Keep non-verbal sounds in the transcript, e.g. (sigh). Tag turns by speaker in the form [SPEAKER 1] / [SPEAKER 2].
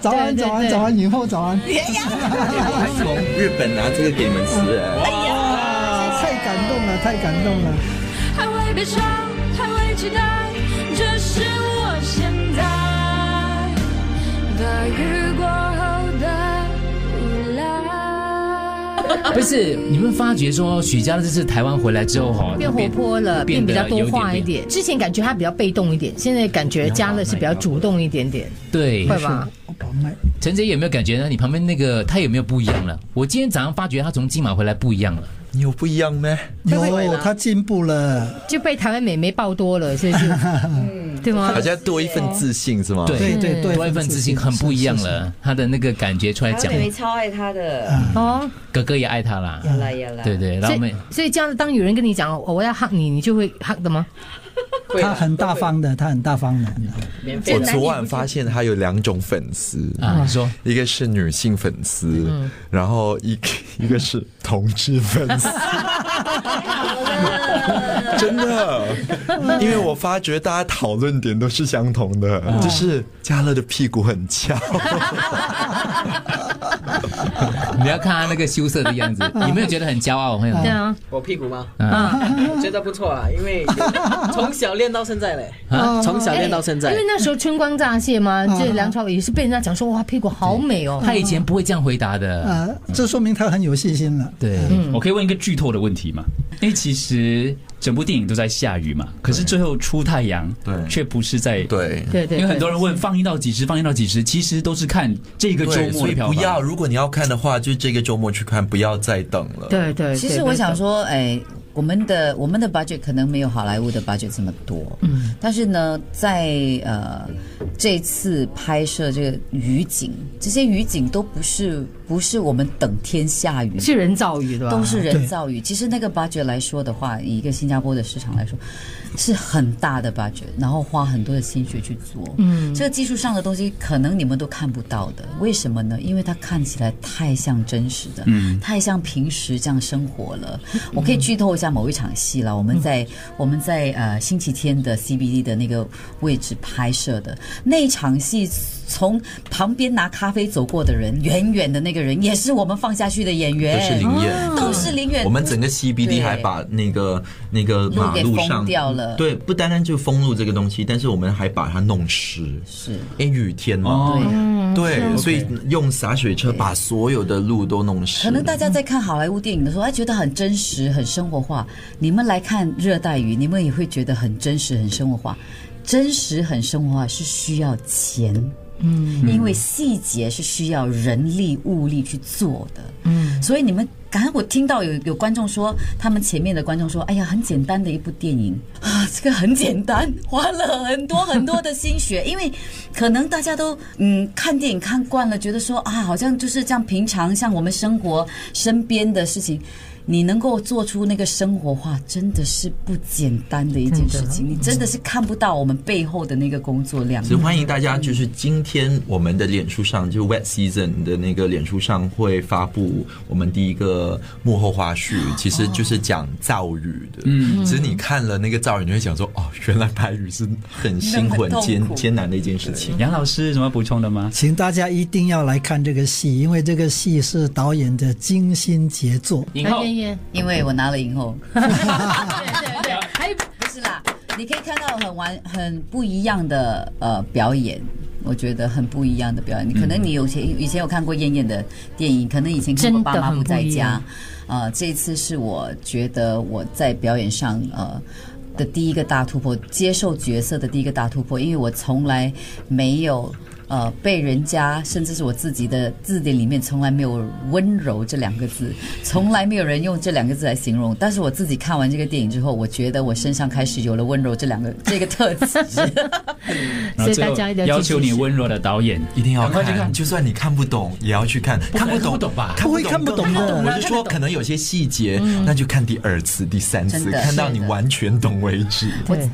[SPEAKER 1] 早安，
[SPEAKER 2] 对对
[SPEAKER 1] 早安，
[SPEAKER 2] 对
[SPEAKER 1] 早安，以后早安。
[SPEAKER 3] 从日本拿这个给你们吃，哎
[SPEAKER 1] 哇，啊太感动了，太感动了。
[SPEAKER 4] 还未悲伤，还未期待，这是我现在的雨过后的未来。
[SPEAKER 5] 不是，你们发觉说许佳的这次台湾回来之后哈、
[SPEAKER 2] 变活泼了，变比较多话一
[SPEAKER 5] 变得有
[SPEAKER 2] 点。之前感觉他比较被动一点，现在感觉加乐是比较主动一点点，
[SPEAKER 5] 对，
[SPEAKER 2] 会吧？
[SPEAKER 1] 我把麦，
[SPEAKER 5] 陈姐有没有感觉呢？你旁边那个他有没有不一样了？我今天早上发觉他从金马回来不一样了。
[SPEAKER 3] 你有不一样咩？
[SPEAKER 1] 有他进步了，
[SPEAKER 2] 就被台湾美眉爆多了，是不是？ (laughs) 对吗
[SPEAKER 3] 好？像多一份自信是吗？
[SPEAKER 5] 对
[SPEAKER 1] 对对对，
[SPEAKER 5] 多一份自信，很不一样
[SPEAKER 1] 是。是是
[SPEAKER 5] 了。他的那个感觉出来
[SPEAKER 6] 台
[SPEAKER 5] 讲
[SPEAKER 6] 湾，妹妹超爱他的，
[SPEAKER 2] 哦，
[SPEAKER 5] 哥哥也爱他啦。
[SPEAKER 6] 有啦有啦，
[SPEAKER 5] 对，对，然后
[SPEAKER 2] 所
[SPEAKER 5] 我们
[SPEAKER 2] 以所以这样，当有人跟你讲哦我要 hug 你，你就会 hug 的吗？
[SPEAKER 1] 他很大方的，他很大方的。
[SPEAKER 6] 啊免费啊
[SPEAKER 3] 我
[SPEAKER 6] 的
[SPEAKER 3] 昨晚发现他有两种粉丝
[SPEAKER 5] 啊，你说
[SPEAKER 3] 一个是女性粉丝，然后一个一个是同志粉丝，真的，因为我发觉大家讨论点都是相同的，就是嘉乐的屁股很翘，
[SPEAKER 5] 你要看他那个羞涩的样子，你没有觉得很骄傲？会
[SPEAKER 2] 对
[SPEAKER 5] 吗？
[SPEAKER 2] 啊，
[SPEAKER 7] 我屁股吗？我觉得不错啊，因
[SPEAKER 6] (laughs)
[SPEAKER 7] 为有从小练到现在嘞，
[SPEAKER 6] 啊
[SPEAKER 7] 从小练到现在
[SPEAKER 2] 哦哎因为。那时候春光乍泄嘛，这梁朝伟也是被人家讲说哇屁股好美哦，
[SPEAKER 5] 他以前不会这样回答的。
[SPEAKER 1] 啊，这说明他很有信心了。
[SPEAKER 5] 对，
[SPEAKER 3] 嗯
[SPEAKER 8] 我可以问一个剧透的问题吗？因为其实整部电影都在下雨嘛，可是最后出太阳，
[SPEAKER 3] 对
[SPEAKER 8] 却不是在。
[SPEAKER 3] (laughs)
[SPEAKER 2] 嗯
[SPEAKER 3] 对。
[SPEAKER 2] 对对，
[SPEAKER 8] 因为很
[SPEAKER 2] 对
[SPEAKER 8] 多人问放映到几时，放映到几时，其实都是看这个周
[SPEAKER 3] 对，
[SPEAKER 8] 末
[SPEAKER 3] 所
[SPEAKER 8] 的
[SPEAKER 3] 以
[SPEAKER 8] 票
[SPEAKER 3] 不要，
[SPEAKER 8] 房。
[SPEAKER 3] 如果你要看的话，就这个周末去看，不要再等了。
[SPEAKER 2] 对对，
[SPEAKER 6] 其
[SPEAKER 2] 对
[SPEAKER 6] 实
[SPEAKER 2] 对
[SPEAKER 6] 我想
[SPEAKER 2] 对
[SPEAKER 6] 说，哎，我们的我们的 budget 可能没有好莱坞的 budget 这么多，嗯，但是呢，在呃这次拍摄这个雨景，这些雨景都不是不是我们等天下雨，
[SPEAKER 2] 是人造雨对吧？
[SPEAKER 6] 都是人造雨。其实那个 budget 来说的话，以一个新加坡的市场来说，是很大的 budget，然后花很多的心血去做。嗯，这个技术上的东西可能你们都看不到的，为什么呢？因为它看起来太像真实的，嗯，太像平时这样生活了。我可以剧透一下某一场戏了，我们在、我们在呃星期天的 CBD 的那个位置拍摄的那一场戏。从旁边拿咖啡走过的人，远远的那个人也是我们放下去的演员，
[SPEAKER 3] 都是灵验，
[SPEAKER 6] 哦都是林远。
[SPEAKER 3] 我们整个
[SPEAKER 6] 对
[SPEAKER 3] CBD 还把那个那个马路
[SPEAKER 6] 给
[SPEAKER 3] 上
[SPEAKER 6] 封掉了
[SPEAKER 3] 对，不单单就封路这个东西，但是我们还把它弄湿，
[SPEAKER 6] 是
[SPEAKER 3] 因为雨天嘛，
[SPEAKER 8] 哦，
[SPEAKER 3] 对，所以用洒水车把所有的路都弄湿。
[SPEAKER 6] 可能大家在看好莱坞电影的时候，哎还觉得很真实、很生活化。你们来看《热带雨》，你们也会觉得很真实、很生活化。真实、很生活化是需要钱，嗯，因为细节是需要人力物力去做的，嗯，所以你们。刚才我听到有有观众说，他们前面的观众说：“哎呀，很简单的一部电影啊，这个很简单，花了很多很多的心血， (laughs) 因为可能大家都嗯看电影看惯了，觉得说啊，好像就是这样平常，像我们生活身边的事情。”你能够做出那个生活化，真的是不简单的一件事情。你真的是看不到我们背后的那个工作量。
[SPEAKER 3] 只欢迎大家，就是今天我们的脸书上，就 Wet Season 的那个脸书上会发布我们第一个幕后花絮，其实就是讲造雨的。嗯，其实你看了那个造雨，你会想说，哦，原来白雨是很辛苦、很
[SPEAKER 6] 那么痛
[SPEAKER 3] 艰
[SPEAKER 6] 苦
[SPEAKER 3] 艰难的一件事情。
[SPEAKER 8] 杨老师有什么补充的吗？
[SPEAKER 1] 请大家一定要来看这个戏，因为这个戏是导演的精心杰作。
[SPEAKER 5] 影
[SPEAKER 2] 哎
[SPEAKER 5] 后
[SPEAKER 2] 耶耶，
[SPEAKER 6] 因为我拿了影后，
[SPEAKER 2] 对对，还
[SPEAKER 6] 不是啦，你可以看到很完很不一样的呃表演。我觉得很不一样的表演，你可
[SPEAKER 2] 嗯
[SPEAKER 6] 能你有前以前有看过燕燕的电影，可能以前看过
[SPEAKER 2] 真的
[SPEAKER 6] 《爸妈
[SPEAKER 2] 很
[SPEAKER 6] 不
[SPEAKER 2] 不
[SPEAKER 6] 在
[SPEAKER 2] 一
[SPEAKER 6] 家
[SPEAKER 2] 样》，
[SPEAKER 6] 呃，这次是我觉得我在表演上呃的第一个大突破，接受角色的第一个大突破，因为我从来没有呃被人家，甚至是我自己的字典里面从来没有温柔这两个字，从来没有人用这两个字来形容。但是我自己看完这个电影之后，我觉得我身上开始有了温柔这两个这个特质。
[SPEAKER 8] 然
[SPEAKER 2] 所
[SPEAKER 8] 后
[SPEAKER 2] 以
[SPEAKER 8] 最
[SPEAKER 2] 大
[SPEAKER 8] 后
[SPEAKER 2] 家一定
[SPEAKER 8] 要
[SPEAKER 2] 支持
[SPEAKER 8] 求你温柔的导演，
[SPEAKER 3] 一定要
[SPEAKER 8] 赶快去
[SPEAKER 3] 看，
[SPEAKER 8] 看
[SPEAKER 3] 就算你看不懂也要去看，看
[SPEAKER 5] 能
[SPEAKER 3] 懂
[SPEAKER 5] 看不懂吧
[SPEAKER 1] 不会看不懂的
[SPEAKER 3] 更我是说，可能有些细节，那就看第二次、第三次，
[SPEAKER 6] 嗯真的
[SPEAKER 3] 看到你完全懂为止。
[SPEAKER 2] 对